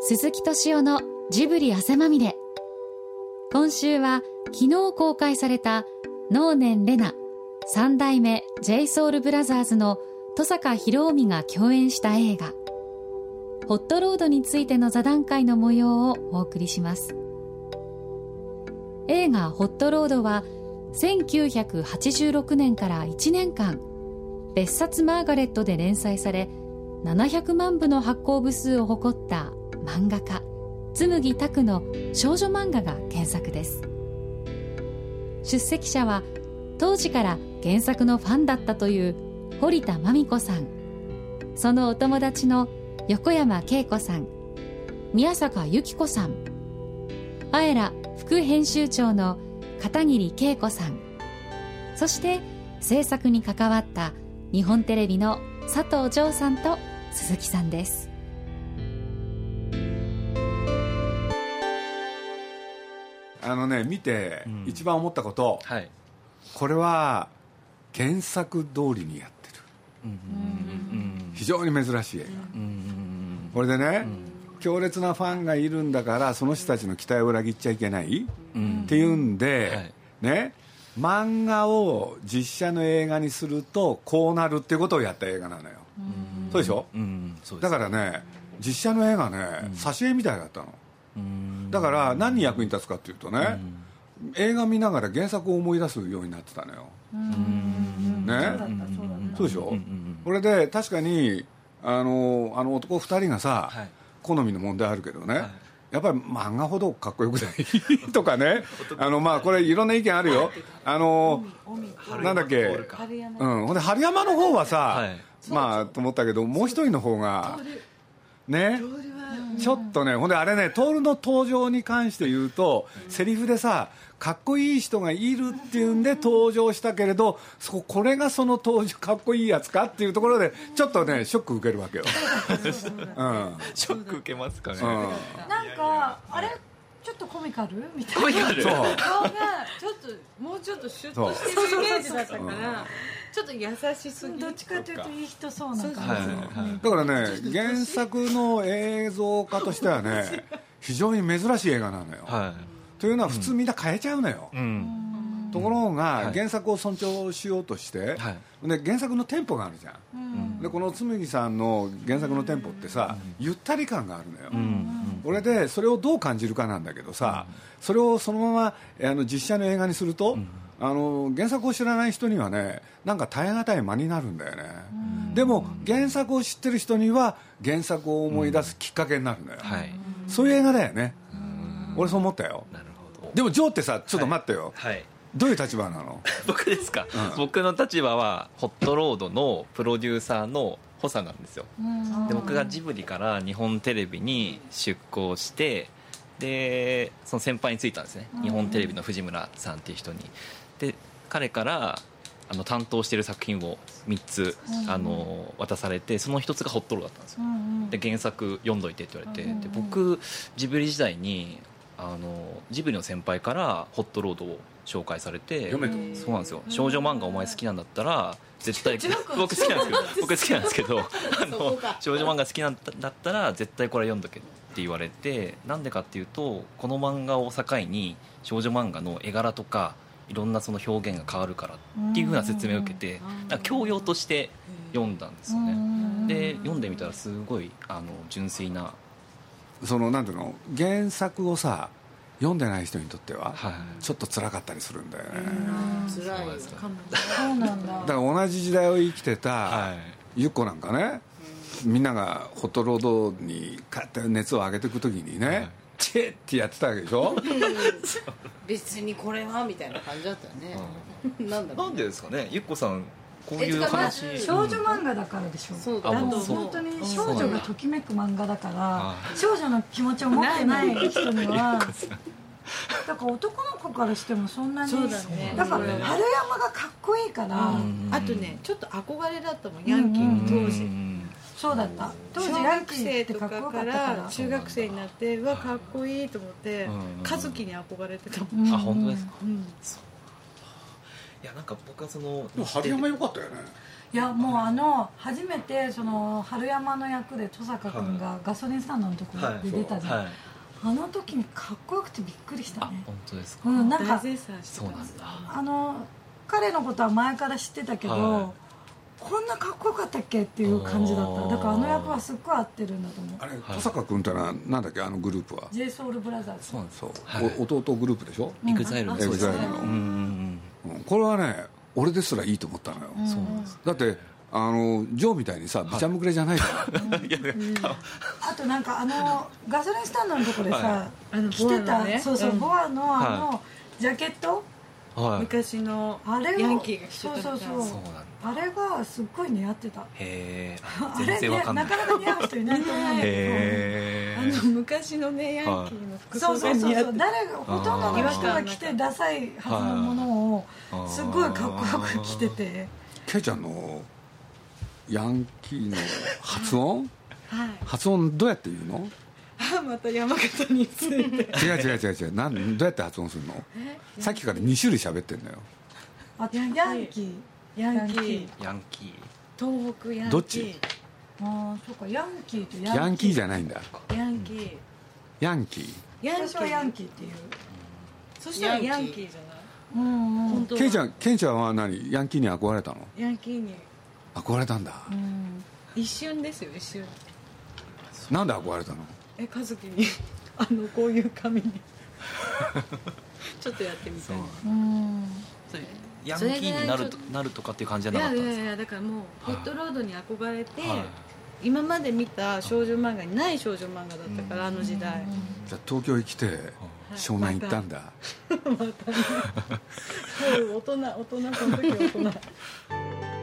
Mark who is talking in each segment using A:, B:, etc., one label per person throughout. A: 鈴木敏夫のジブリ汗まみれ今週は昨日公開された能年玲奈三代目 JSOULBROTHERS の登坂博臣が共演した映画ホットロードについての座談会の模様をお送りします映画ホットロードは1986年から1年間別冊マーガレットで連載され700万部の発行部数を誇った漫画家紬拓の少女漫画が原作です出席者は当時から原作のファンだったという堀田真美子さんそのお友達の横山慶子さん宮坂由紀子さんあえら副編集長の片桐恵子さんそして制作に関わった日本テレビの佐藤城さんと鈴木さんです
B: あのね見て
C: うん
B: 一番思ったこと、
C: はい、
B: これは原作通りにやってる
C: うん
B: 非常に珍しい映画、
C: うんうん
B: これでね、強烈なファンがいるんだからその人たちの期待を裏切っちゃいけない、
C: うんうん
B: っていうんで、
C: はい
B: ね漫画を実写の映画にするとこうなるってことをやった映画なのよ、そうでしょ、
C: うんそうで
B: だ
C: す
B: からね実写の映画ね挿絵みたいだったの
C: うん
B: だから何に役に立つかっていうとね、映画見ながら原作を思い出すようになってたのよ、ねそうでしょ、これで確かにあのあの男2人がさ、
C: はい
B: 好みの問題あるけどね、やっぱり漫画ほどかっこよくないとか ねあのまあこれいろんな意見あるよあのなんだっけうん、ほんで春山の方はさ、
C: はい
B: まあと思ったけどもう一人の方がねちょっとねほんであれね徹の登場に関して言うとセリフでさかっこいい人がいるっていうんで登場したけれどそここれがその登場かっこいいやつかっていうところでちょっとねショック受けるわ けよ、うん
C: ショック受けますかね、
B: うん、
D: なんかあれちょっとコミカルみたいな
B: そう
D: 顔がちょっともうちょっとシュッとしてるイメージだったからちょっと優しすぎどっちかというといい人そうな
C: はい
D: 感
C: はい
B: だからね原作の映像化としてはね非常に珍しい映画なのよ、
C: は
B: というのは普通みんな変えちゃうのよ、
C: いうん
B: ところが
C: はい
B: 原作を尊重しようとして、
C: は
B: で原作のテンポがあるじゃん、でこの紬さんの原作のテンポってさ、ゆったり感があるのよ、これでそれをどう感じるかなんだけどさ、それをそのままえあの実写の映画にすると、あの原作を知らない人にはねなんか耐え難い間になるんだよね、でも原作を知ってる人には原作を思い出すきっかけになるのよ、
C: はい
B: そういう映画だよね俺そう思ったよ
C: なるほど
B: でもジョーってさちょっと待ってよ、
C: はい
B: どういう立場なの
C: 僕ですか、僕の立場はホットロードのプロデューサーの補佐なんですよで僕がジブリから日本テレビに出向してでその先輩についたんですね日本テレビの藤村さんっていう人にで彼からあの担当してる作品を3つあの渡されてその1つがホットロードだったんですよで原作読んどいてって言われてで僕ジブリ時代にあのジブリの先輩からホットロードを紹介されて
B: 読めと
C: そうなんですよ少女漫画お前好きなんだったら絶対僕好きなんですけど僕好きなんですけどあ の少女漫画好きなんだったら絶対これ読んどけって言われてなんでかっていうとこの漫画を境に少女漫画の絵柄とかいろんなその表現が変わるからっていうふうな説明を受けてなんか教養として読んだんですよねで読んでみたらすごいあの純粋な
B: そのなんていうの原作をさ読んでない人にとっては、
C: はい
B: ちょっと辛かったりするんだよね、
E: 辛いよ
C: そうですか
E: かも
D: そうなんだ
B: だから同じ時代を生きてた、
C: はい
B: ゆっこなんかね、みんながホットロードにかって熱を上げていく時にね、
C: い
B: チェッってやってたわけでしょ
E: 別にこれはみたいな感じだったよね、なんだろ
C: な
E: うん
C: でですかねゆっこさんこう
E: え
C: いう
E: てかまあ
C: 話
D: 少女漫画だからでしょ
E: そう
C: あ
E: だ
C: もう
E: と
C: そう
E: 思
D: 本
E: う
D: 当に少女がときめく漫画だから
C: あ
D: 少女の気持ちを持ってない人にはだから男の子からしてもそんなに
E: そうだね
D: だから春山がかっこいいから
E: あとねちょっと憧れだったもんヤンキーの当時、
C: うん
D: そうだった当時
E: 小
D: ヤン
E: 学
D: キー
E: 生
D: って
E: と
D: か
E: か
D: っこよ
E: か
D: かったからら
E: 中学生になってうわかっこいいと思って
C: うん
E: 和樹に憧れてたもん
D: うん
C: あ本当ですか、
E: うん
C: いやなんか僕はその
B: でも春山良かったよね
F: いやもうあの初めてその春山の役で登坂君がガソリンスタンドのところで出たじゃん、
C: はい
F: あの時にかっこよくてびっくりした
C: あ
F: ね
C: 本当ですか、
F: うんなんか
D: 大絶賛して
C: そうなんだ
F: あの彼のことは前から知ってたけど、
C: は
F: こんなかっこよかったっけっていう感じだっただからあの役はすっごい合ってるんだと思う
B: あれ登坂君ってのはなんだっけあのグループは
F: j s o u l b r o t h e r
C: そうなんです
B: そう、
C: はい
B: お弟グループでしょ、
C: エグザイルのそうですね
B: EXILE の
C: うんうん
B: うんこれはね俺ですらいいと思ったのよ、
C: うんそうなんです
B: だってあのジョーみたいにさびちゃむくれじゃないから、
C: いやいや
F: あとなんかあのガソリンスタンドのとこでさ、
C: は
D: あの
F: 着て
D: ボア
F: た、
D: のね
F: そうそう、
D: うん
F: ボアのあ
C: は
F: のジャケット、
C: はい
D: 昔の
F: あれを
D: ヤンキーが着てた
F: そうそうそう
D: みたいな
C: そうなんだ
F: あれがすっごい似合ってた
C: へえ
F: あれ
C: 全然わかんない
F: ねなかなか似合う人いないと思うんだけ
C: へ
D: あ
C: え
D: の昔のねヤンキーの服
F: どそ
D: 装
F: うそ
D: が
F: うそう
D: 似合
F: そ
D: っ
F: う
D: てた
F: 誰がほとんどの人が着てダサいはずのものをすごいかっこよく着てて
B: ケイちゃんのヤンキーの発音
D: はい
B: 発音どうやって言うの
D: あまた山形につい て
B: 違う違う違う違うなんどうやって発音するのさっきから2種類喋ってんだよ
F: あ
D: ヤンキー
F: ヤン
D: ヤン
F: キー
D: キ
F: ヤンキ
D: ー
F: ー
C: ヤンキー
D: 東北ヤンキー
B: どっち
F: ああそうかヤンキーとヤンキー
B: ヤンキーじ
F: ゃ
B: ゃないんだ
D: ヤンキー
B: ヤンキー
D: ヤン
F: 私
D: キ
F: は
D: ー
F: ヤンキーっていう
D: そしたらヤンキーじゃない
F: うんうん
D: 本当は
B: ケイちゃんケイちゃんは何ヤンキーに憧れたの
D: ヤンキーに
B: 憧れたんだ、
F: うん
D: 一瞬ですよ一瞬
B: なんで憧れたの
D: え和樹に あのこういう髪にちょっとやってみたい
F: うん
C: それヤンキーになるとなるとかっていう感じじゃな
D: いや
C: かったん
D: い
C: です
D: やいやだからもうホットロードに憧れて、
C: かはい
D: 今まで見た少女漫画にない少女漫画だったから、あの時代、
B: じゃあ東京へ来て湘南行ったんだ、
D: もう大人大人その時は大人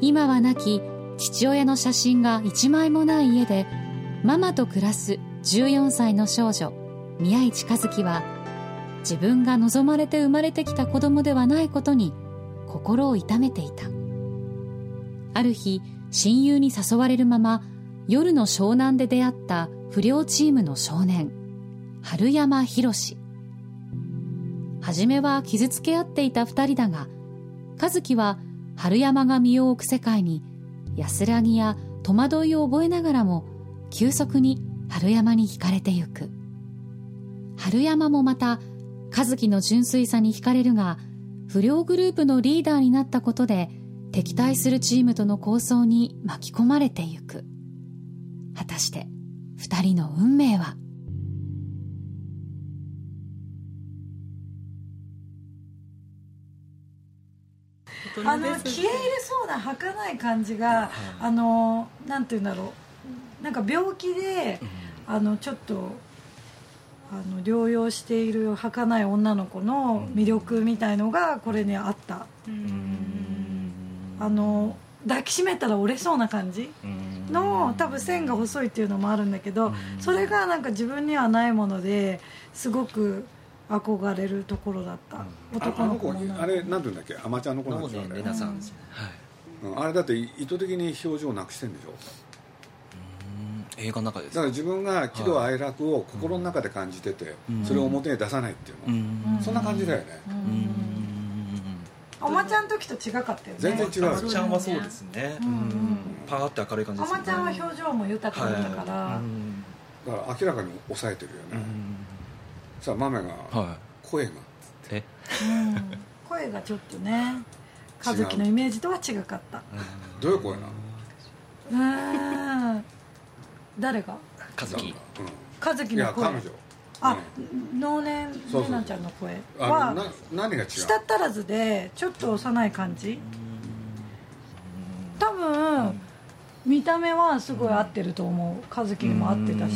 A: 今は亡き父親の写真が一枚もない家でママと暮らす14歳の少女宮市和樹は自分が望まれて生まれてきた子供ではないことに心を痛めていたある日親友に誘われるまま夜の湘南で出会った不良チームの少年春山博史初めは傷つけ合っていた二人だが和樹は春山が身を置く世界に安らぎや戸惑いを覚えながらも急速に春山に惹かれてゆく春山もまた和樹の純粋さに惹かれるが不良グループのリーダーになったことで敵対するチームとの抗争に巻き込まれてゆく果たして二人の運命は
F: あの消え入れそうな儚い感じがあのなんて言うんだろうなんか病気であのちょっとあの療養している儚い女の子の魅力みたいのがこれにあったあの抱きしめたら折れそうな感じの多分線が細いっていうのもあるんだけどそれがなんか自分にはないものですごく憧れるところだった
B: あ
F: 男
B: あ
F: の
B: の
F: 子
B: 子
F: も女の子も
B: あれなんていうんだっけアマちゃんの子
C: な
B: なん
C: の
B: です
C: で
B: よね
C: レナさんですねはい
B: うんあれだって意図的に表情なくしてんでしょ
C: うん映画の中で
B: だ
C: す
B: から
C: か
B: 自分が喜怒哀楽を心の中で感じてて、
C: うん
B: それを表に出さないっていう
C: う
B: の、
C: ん
B: そんな感じだよね、
C: うんうん
F: おまちゃんの時と違かったよね
B: 全然違う
C: あまちゃんはそうですね
F: うんうん
C: パーって明るい感じ
F: お
C: です
F: ま
C: ね
F: ちゃんは表情も豊かだったから、
C: はい
B: だから明らかに抑えてるよ
C: う
B: ね、
C: ん
B: さあ豆が
C: は
B: 声が
C: いえ
F: うん声がちょっとね和樹のイメージとは違かった
B: どういう声なの
F: うーん誰が
C: 和樹
F: 和樹
B: い
F: の
B: や
F: 声
B: 彼女
F: あ能年
B: そうそう
F: 玲奈ちゃんの声
B: うんあの
F: は
B: な何が違う
F: 舌足らずでちょっと幼い感じ多分見た目はすごい合ってると思う和樹にも合ってたし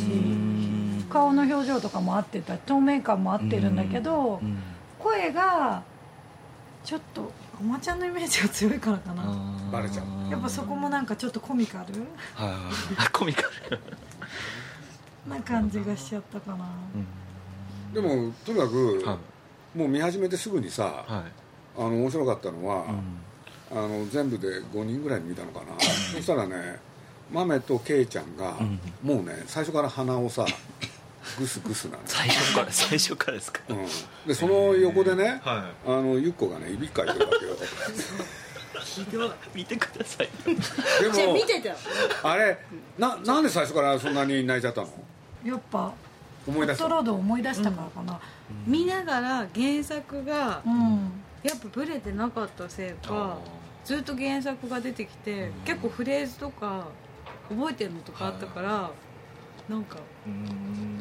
F: 顔の表情とかも合ってた透明感も合ってるんだけど
C: うん
F: 声がちょっとおまちゃんのイメージが強いからかな
C: あー
B: バレちゃう
F: やっぱそこもなんかちょっとコミカル
C: はいはいはいコミカル
F: な感じがしちゃったかな
B: でもとにかく、
C: は
B: もう見始めてすぐにさ、
C: いはい
B: あの面白かったのは、
C: うん
B: あの全部で5人ぐらい見たのかなそしたらね豆とケイちゃんが、
C: うん
B: もうね最初から鼻をさグスグスなんです
C: 最初から最初からですか、
B: うんでその横でね、
C: は
B: あのゆっこがねいびきかいてるわけよ
C: 見てください
B: で
E: じゃあ
B: も
E: 見てたよ
B: あれななんで最初からそんなに泣いちゃったの
F: やっぱ
B: 思い
F: ホ
B: 出
F: ッ
B: し
F: ト
B: た
F: ロードを思い出したからかな
D: 見ながら原作が
F: うん
D: やっぱブレてなかったせい
C: あ
D: かずっと原作が出てきて結構フレーズとか覚えてるのとかあったからなんか
C: ーうん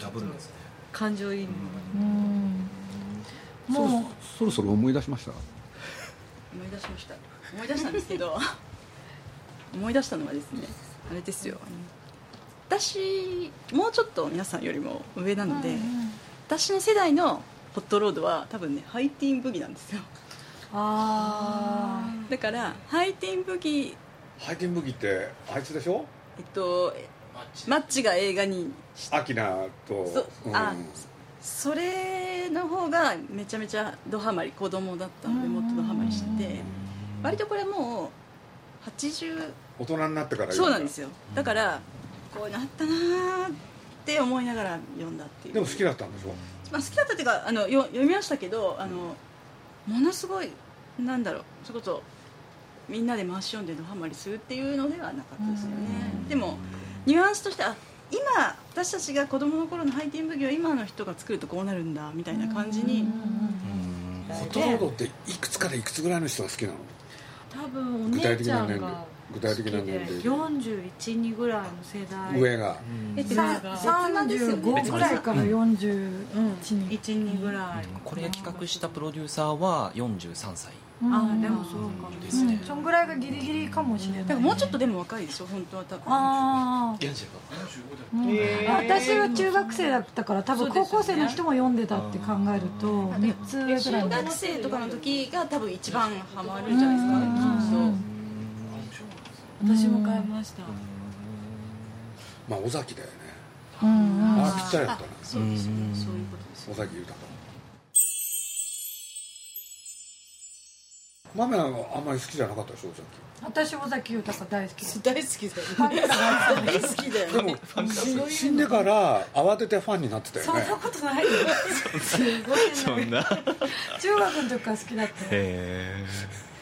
C: ダブルですね
D: 感情移入
F: うんも
B: そろそろ思い出しました
G: 思い出しました思い出したんですけど 思い出したのはですねあれですよあの私もうちょっと皆さんよりも上なので、私の世代のホットロードは多分ねハイティーンブギなんですよ
F: あ
G: だからハイティーンブギ
B: ハイティンブギってあいつでしょ
G: えっとえマッチが映画にし
B: アキナと
G: そ
B: うん
G: あそれの方がめちゃめちゃドハマり子供だったのでもっとドハマりして割とこれもう80
B: 大人になってから読
G: そうなんですよだからこうなったなーって思いながら読んだっていう
B: でも好きだったんでしょ
G: まあ、好きだったっていうかあのよ読みましたけどあのものすごいなんだろうそれこそみんなで回し読んでドハマりするっていうのではなかったですよねでもニュアンスとしてあ今私たちが子供の頃のハイティーンブギを今の人が作るとこうなるんだみたいな感じに
B: ホットロードっていくつからいくつぐらいの人が好きなの
D: 多分お
B: 具体
D: 姉
B: 的
D: ち
B: な
D: ゃ
B: 年
D: ん
B: 齢
D: が
B: 具
D: 好
B: 体
D: き
B: 的
D: で
B: な年齢
D: 412ぐらいの世代
B: 上が
G: え
F: あ35ぐらいから41
D: 12ぐらい
C: これ企画したプロデューサーは43歳
D: ああでもそうかも
C: ですね、
F: そんぐらいがギリギリかもしれない
G: だからもうちょっとでも若いでしょ本当は多分
F: あ
C: 45
F: あ、うん私は中学生だったから多分高校生の人も読んでたって考えると3つ上ぐらい
G: 中
F: の
G: 学生とかの時が多分一番ハマるんじゃないですかね
D: 私も買いました
B: まあ尾崎だよね
F: うんうん
B: ああぴったりだったな
G: きっとそうですよねそういうことです
B: 尾崎豊マメはあんまり好きじゃなかったでしょ尾崎
F: 私尾崎豊大好き
E: 大好きだよ
F: パンクが
E: 大好きだよ
B: でも死死んでから慌ててファンになってたよ
F: そん
B: ね
F: なことないよすごい
C: そん
F: ね
C: な
F: 中学の時から好きだったよ
C: へ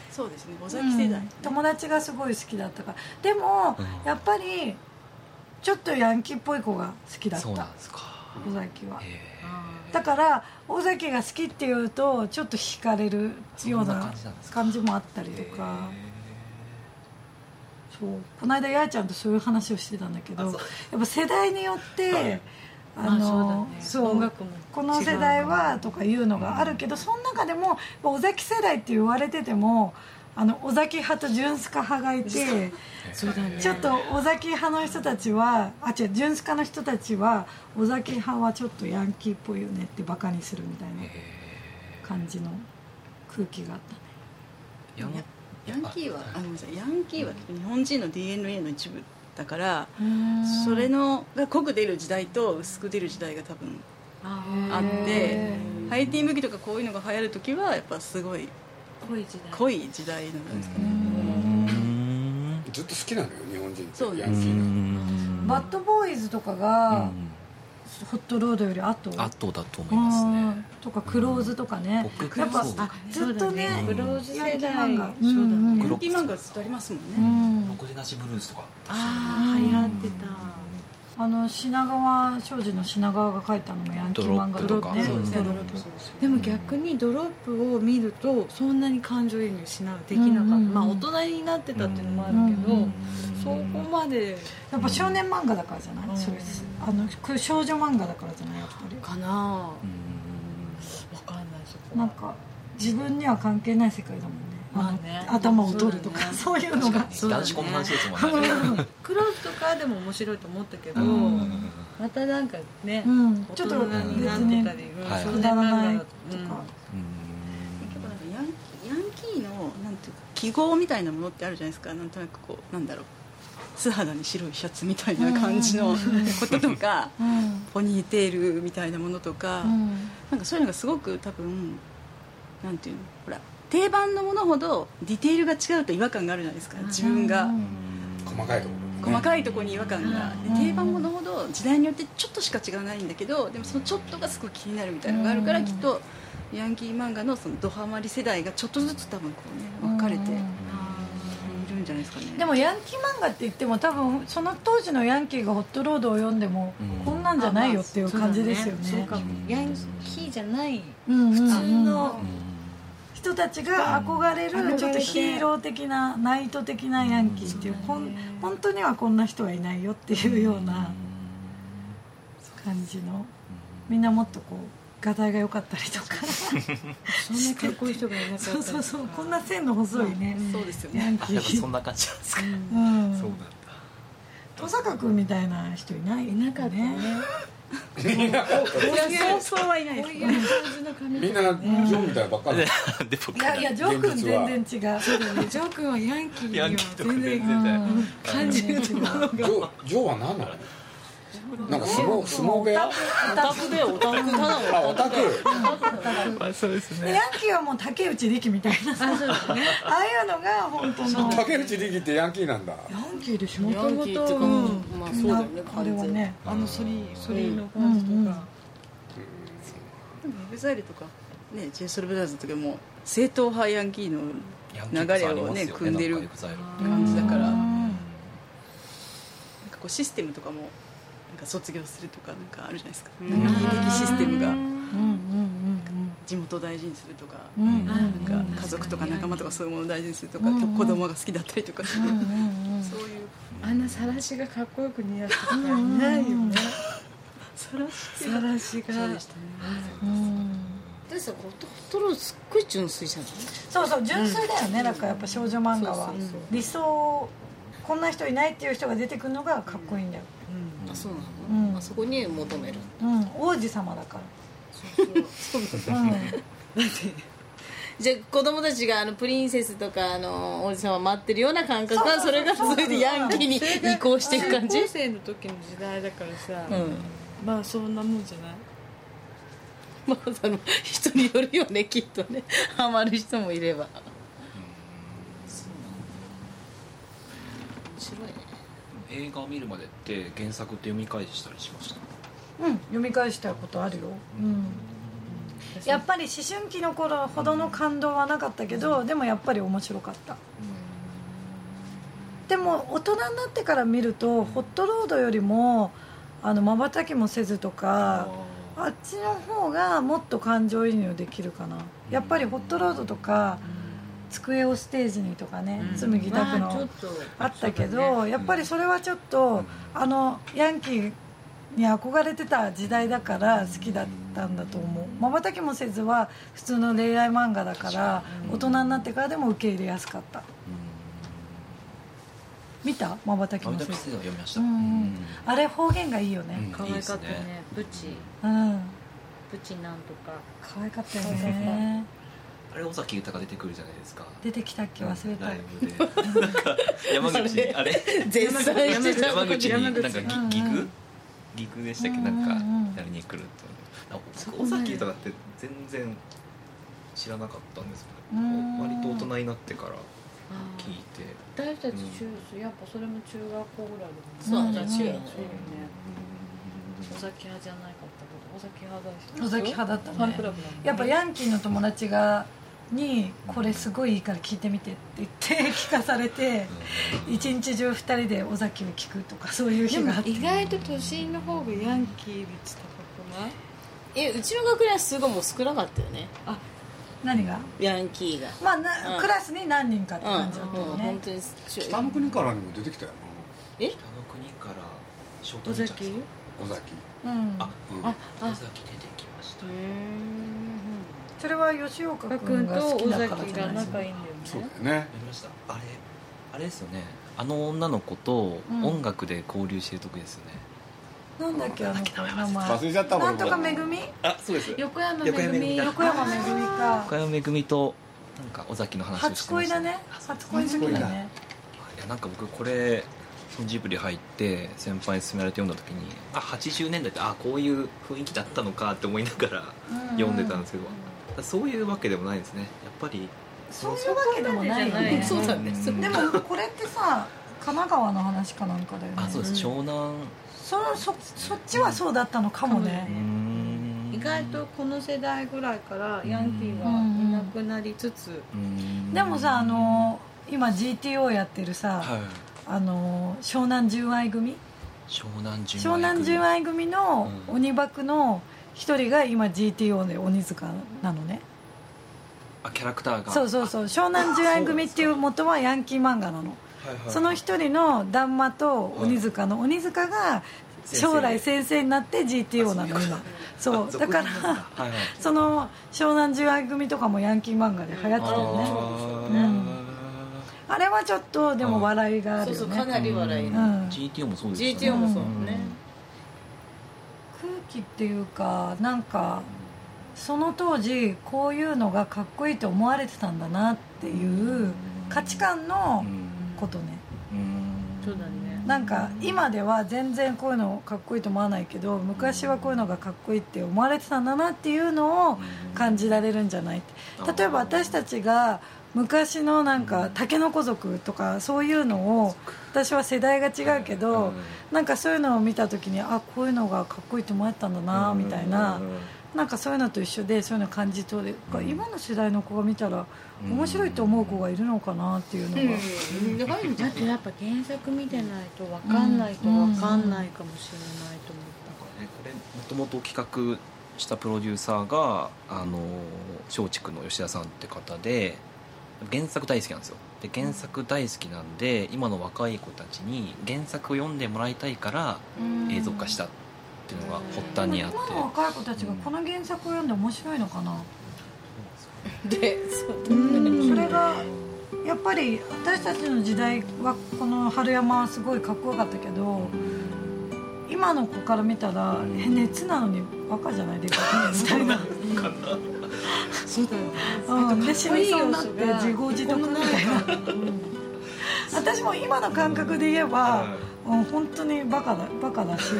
G: そうですね尾崎世代
F: 友達がすごい好きだったからでもやっぱりちょっとヤンキーっぽい子が好き
C: え
F: だった
C: そうなん
F: 尾
C: ですか
F: 崎は
C: へえ
F: だから尾崎が好きっていうとちょっと惹かれるよう
C: そんな
F: な
C: 感じなんですか
F: 感じもあったりとかそうこの間やあちゃんとそういう話をしてたんだけどやっぱ世代によってあのそう
D: 音楽も
F: この世代はとかいうのがあるけどその中でも尾崎世代って言われててもあの尾崎派と純須賀派がいてちょっと尾崎派の人たちはあ違う純須賀の人たちは尾崎派はちょっとヤンキーっぽいよねってバカにするみたいな感じの空気があったね
C: ヤン
G: ヤンキーはあごめんなさいヤンキーは日本人の DNA の一部だからそれのが濃く出る時代と薄く出る時代が多分あってハイティー向きとかこういうのが流行る時はやっぱすごい
D: 濃い時代
G: 濃い時代なんですかね
C: うん
B: ずっと好きなのよ日本人って
G: そう
B: ヤンキ
C: う
B: ー
C: ん
F: バッドボーイズとかがホットロードより後
C: あとだと思いますね
F: とかクローズとかね
C: 僕
F: やっぱ
C: そう
F: あずっとね
C: そうだね
F: ローズ世代漫
D: そうだ
F: 画
D: ね
G: ヤ
C: 黒
G: ンキー漫画ずっとありますもんね
F: うん
C: 僕でなしブルースとか
D: ああ流行ってた
F: あの品川庄司の品川が書いたのもヤンキー漫画
C: ドロップとか
F: ね
C: そうですね
F: ドロップ
D: でも逆にドロップを見るとそんなに感情移入しなできなかった、
F: うんうんうん
D: まあ大人になってたっていうのもあるけど、そこまで
F: やっぱ少年漫画だからじゃない、
D: うん
F: それあのこれ少女漫画だからじゃないやっぱり
D: かな分かんないそこ
F: なんか自分には関係ない世界だもんね,あの、
D: まあね
F: 頭を取るとかそう,、いうのが
D: そうだね
C: 男子校の話ですもんね
D: クローズとかでも面白いと思ったけど、またなんかね、
F: うん
D: 大
F: ち
D: 人
F: ょっと別
D: になって
F: に
D: たり、うん
C: はい
D: 少
F: く
D: 年
F: だ
D: 漫
F: ら
D: 画
F: ない
D: だと
F: とか、
G: 結構なんかヤンヤンキーのなんていうか記号みたいなものってあるじゃないですかなんとなくこうなんだろう素肌に白いシャツみたいな感じのこととか
F: うん
G: ポニーテールみたいなものとか、
F: うん
G: なんかそういうのがすごく多分なんていうのほら定番のものほどディテールが違うと違和感があるじゃないですか自分が、
F: うん
B: 細かいところ
G: 細かいところに違和感が、で定番ものほど時代によってちょっとしか違わないんだけどでもそのちょっとがすごい気になるみたいなのがあるから、きっとヤンキー漫画のそのドハマり世代がちょっとずつ多分こうね分かれているんじゃないですかね、
F: でもヤンキー漫画って言っても多分その当時のヤンキーがホットロードを読んでも
C: うん
F: こんなんじゃないよっていう感じですよ
D: そう
F: ね
D: かもヤンキーじゃない
F: 普
D: 普
F: 通
D: 通
F: の
D: の
F: 人たちが憧れ
D: うん
F: るちょっとヒーロー的なナイト的なヤンキーっていうほん本当にはこんな人はいないよっていうような感じのみんなもっとこう画題が良かったりとか
D: そんなかっこいい人がいなかった
F: そうそうそうこんな線の細いね
G: そうですよ
F: ヤ
G: ね
F: ン
C: あ
F: キ
C: やっぱそ
F: ー
C: んな感じなんですか、
F: うん
C: そうなんだ
F: 登坂君みたいな人いないいなかったね
G: いやそうそうはいないですね
B: みんなジョンみたいばっかりだ
C: で僕
F: いやいやジョー君
B: 現実は
F: 全然違う
D: ジョー君はヤンキーに
C: ヤ
D: は
C: ンキーとか
D: 全
C: 全
D: 然
C: 然ない
D: 感じるもの
B: ジョジョーは何なのなんか相撲相撲部屋
E: オタクだよオタクただの
B: あオタク
C: まあそうです
F: で
C: ね
F: ヤンキーはもう竹内力みたいな
D: あそうですね
F: ああいうのが本当の
B: 竹内力ってヤンキーなんだ
F: ヤンキーでしょ
E: ヤンキーっていうかまあそうだよね
F: あれはね
D: あのソリソリの感じとか
G: でもウェブザイルとかねジェイソルブラザーズとかも正統派ヤンキーの流れをね組んでる感じだからなんかこうシステムとかもなんか卒業するとかなんかあるじゃないですかヤンキー的システムが
F: うんうん
G: 地元を大事にするとか
F: うんうんうん
G: なんか家族とか仲間とかそういうものを大事にするとか子供が好きだったりとかしてそういう
D: あんなさらしがかっこよく似合ってた人いないよね
G: さらして
D: さらしが
G: そうでしたね
E: でさホットホットロードすっごい純粋じゃない
F: そうそう純粋だよねだからやっぱ少女漫画は
E: そうそうそう
F: 理想こんな人いないっていう人が出てくるのがかっこいいんだよ
E: あそう
F: う
E: なの、
F: ん
E: あそこに求める
F: うん王子様だか
E: そうそう
F: らうん
E: じゃあ子供たちがあのプリンセスとかあの王子様待ってるような感覚は
F: そ
E: そう
F: そう
E: れがそれでヤンキーに移行していく感じ
D: 高校生の時の時代だからさ
E: うん
D: まあそんなもんじゃない
E: まあその人によるよねきっとねハマる人もいればそうなんだ面白いね
C: 映画を見るまでって原作って読み返したりしました
F: うん読み返したことあるようんやっぱり思春期の頃ほどの感動はなかったけどでもやっぱり面白かったでも大人になってから見るとホットロードよりもあの瞬きもせずとかあっちの方がもっと感情移入できるかなやっぱりホットロードとか机をステージにとかね紬拓
D: まあちょっ
F: の
D: と
F: あったけ
D: そうだ
F: どやっぱりそれはちょっとあのヤンキーに憧れてた時代だから好きだったんだと思う瞬きもせずは普通の恋愛漫画だから大人になってからでも受け入れやすかった見た瞬き
C: 読
F: も
C: み
F: せ
C: 返し
F: ず
C: て読みました
F: う
C: うんん
F: あれ方言がいいよね、
D: 可愛かったねプチ
F: うん
D: プチなんとか
F: 可愛かったよね
C: あれ尾崎豊が出てくるじゃないですか
F: 出てきたっけ忘れた
C: ライブでなんか 山口にあれ
E: 絶賛してた
C: 山口になんかギ
F: うんうん
C: ギグギグでしたっけなんか
F: うんうん
C: やりに来ると思うなんか尾崎豊って全然知らなかったんですけど
F: うん
C: 割と大人になってから聞いて
D: 私たち中やっぱそれも中学校ぐらいだ
E: そう
D: もんね
E: だね中学
D: そうよね尾崎派じゃなかったけど尾崎派だし
F: 尾崎派だったね
D: ファンクラブだもんね
F: やっぱヤンキーの友達がに「これすごいいいから聞いてみて」って言って聞かされて一日中二人で尾崎を聞くとかそういう
D: で
F: 日
D: も
F: があって
D: 意外と都心の方がヤンキー率高くない
E: えうちの学年はすごいもう少なかったよね
F: 何が
E: ヤンキーが
F: まあな、
E: うん
F: クラスに何人かって
E: うん、
F: 感じだった
E: も
F: よ
E: う
F: ね
E: 本、当にちょ
B: 北の国からにも出てきたよ
E: え
C: 北の国からショートニ
D: 尾
C: ンジャー
D: 崎
C: ですか
B: な尾崎
F: うん
C: あ
B: うん
C: 尾崎出てきました
F: それは吉岡君
D: 君
F: が
D: と
F: 好き
D: 尾
F: だから
D: 崎
F: じゃ
D: が
F: ない
D: 仲いいんだよね
B: そうだよね
C: やりましたあれあれですよねあの女の子と
F: うん
C: 音楽で交流してる時ですよね、
F: なんだっけあの子の名
B: 忘
F: 前
B: れちゃった
F: な
B: 俺
F: ん
B: も
F: とかめぐみ
C: あそうです
D: 横山
C: 横山めぐ
D: めぐ
C: み
D: み
C: だ
F: 横山めぐみか
C: 岡山めぐみとなんか尾崎の話をし
F: 初
C: てま
F: 恋
C: した
F: だね初恋の時だね
C: いやなんか僕これそのジブリ入って先輩に勧められて読んだ時にあ80年代ってあこういう雰囲気だったのかって思いながら読んでたんですけど、そういうわけでもないですねやっぱり
F: そういうわけでもないよ
D: そういうわけでもないよ
F: ね
D: ね
E: そうだね、
C: うん
E: それ
F: でもこれってさ神奈川の話かなんかだよね
C: あそうです湘南
F: そのそそっちはそうだったのかもね、
D: 意外とこの世代ぐらいからヤンキーはいなくなりつつ、
F: でもさあの今 GTO やってるさ、
C: はい
F: あの湘南純愛組
C: 湘南純
F: 湘南純愛組の
C: う
F: 鬼爆の一人が今 GTO で鬼塚なのね
C: あキャラクターが
F: そうそうそう湘南純愛組っていう元はヤンキー漫画なの
C: はいはい
F: その一人の旦那と鬼塚の鬼塚が将来先生になって GTO なの今そ
C: あ
F: う
C: 続
F: だ
C: 編
F: か
C: なん
F: ら
C: はいはい
F: その湘南純愛組とかもヤンキー漫画で流行ってたよね
C: あ
F: う
C: ー
F: あれはちょっとでも笑いがあ
E: そう
F: る
E: そ
F: よ
E: うか
F: ね
E: なり笑い、
F: うん
C: GTO もそうですよね
E: GTO もそうね、
F: 空気っていうかなんかその当時こういうのがかっこいいと思われてたんだなっていう価値観のことね
C: うん
E: そうだね
F: なんか今では全然こういうのかっこいいと思わないけど昔はこういうのがかっこいいって思われてたんだなっていうのを感じられるんじゃないって例えば私たちが昔のなんか竹の子族とかそういうのを私は世代が違うけどなんかそういうのを見た時にあこういうのがかっこいいと思えたんだなみたいな。なんかそういうのと一緒でそういうの感じ取れる今の世代の子が見たら面白いと思う子がいるのかなっていうのが、
E: うんだから
D: だってやっぱ原作見てないと分かんないと分かんないかもしれないと思った
C: これもともと企画したプロデューサーがあの松竹の吉田さんって方で原作大好きなんですよで原作大好きなんで今の若い子たちに原作を読んでもらいたいから映像化したっていうのが発端にあって
F: 今の若い子たちがこの原作を読んで面白いのか な、
E: でそう
F: それがやっぱり私たちの時代はこの春山はすごいかっこよかったけど今の子から見たら、え熱なのにバカじゃないでかいみたいなうんで死にそうになって自業自得みたいな私も今の感覚で言えば、うん、本当にバカだバカだし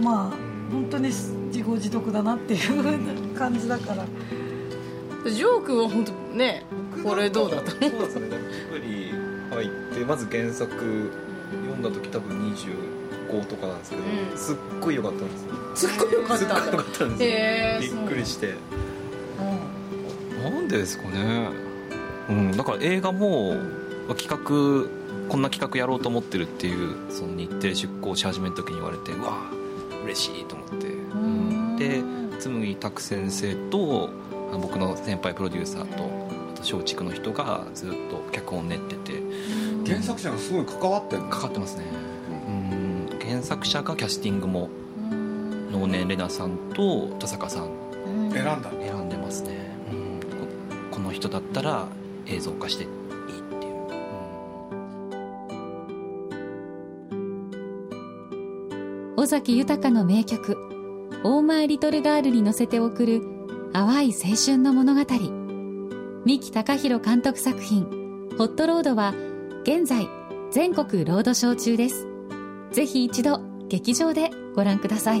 F: まあ本当に自業自得だなっていう 感じだから
E: ジョークは本当ねこれどうだと
C: そうですねジブリ入ってまず原作読んだ時多分25とかなんですけど、
E: うん
C: すっごい良かったんですよ
E: すっごいよかっ
C: すっごい
E: た
C: 良かったん
E: へ
C: で
E: ー
C: すよびっくりして
E: う
C: なんでですかねうんだから映画も企画こんな企画やろうと思ってるっていうその日程出向し始めた時に言われてうわ嬉しいと思って、うん、で紬拓先生とあ僕の先輩プロデューサーとあと松竹の人がずっと脚本練ってて
B: 原作者がすごい関わってる
C: かかってますねうん原作者がキャスティングも能年玲奈さんと田坂さん
B: 選んだの
C: 選んでますね、うん、ここの人だったら映像化していいっていう、
A: 尾崎豊の名曲「オーマイ・リトル・ガール」に乗せて送る淡い青春の物語三木貴弘監督作品「ホットロード」は現在全国ロードショー中ですぜひ一度劇場でご覧ください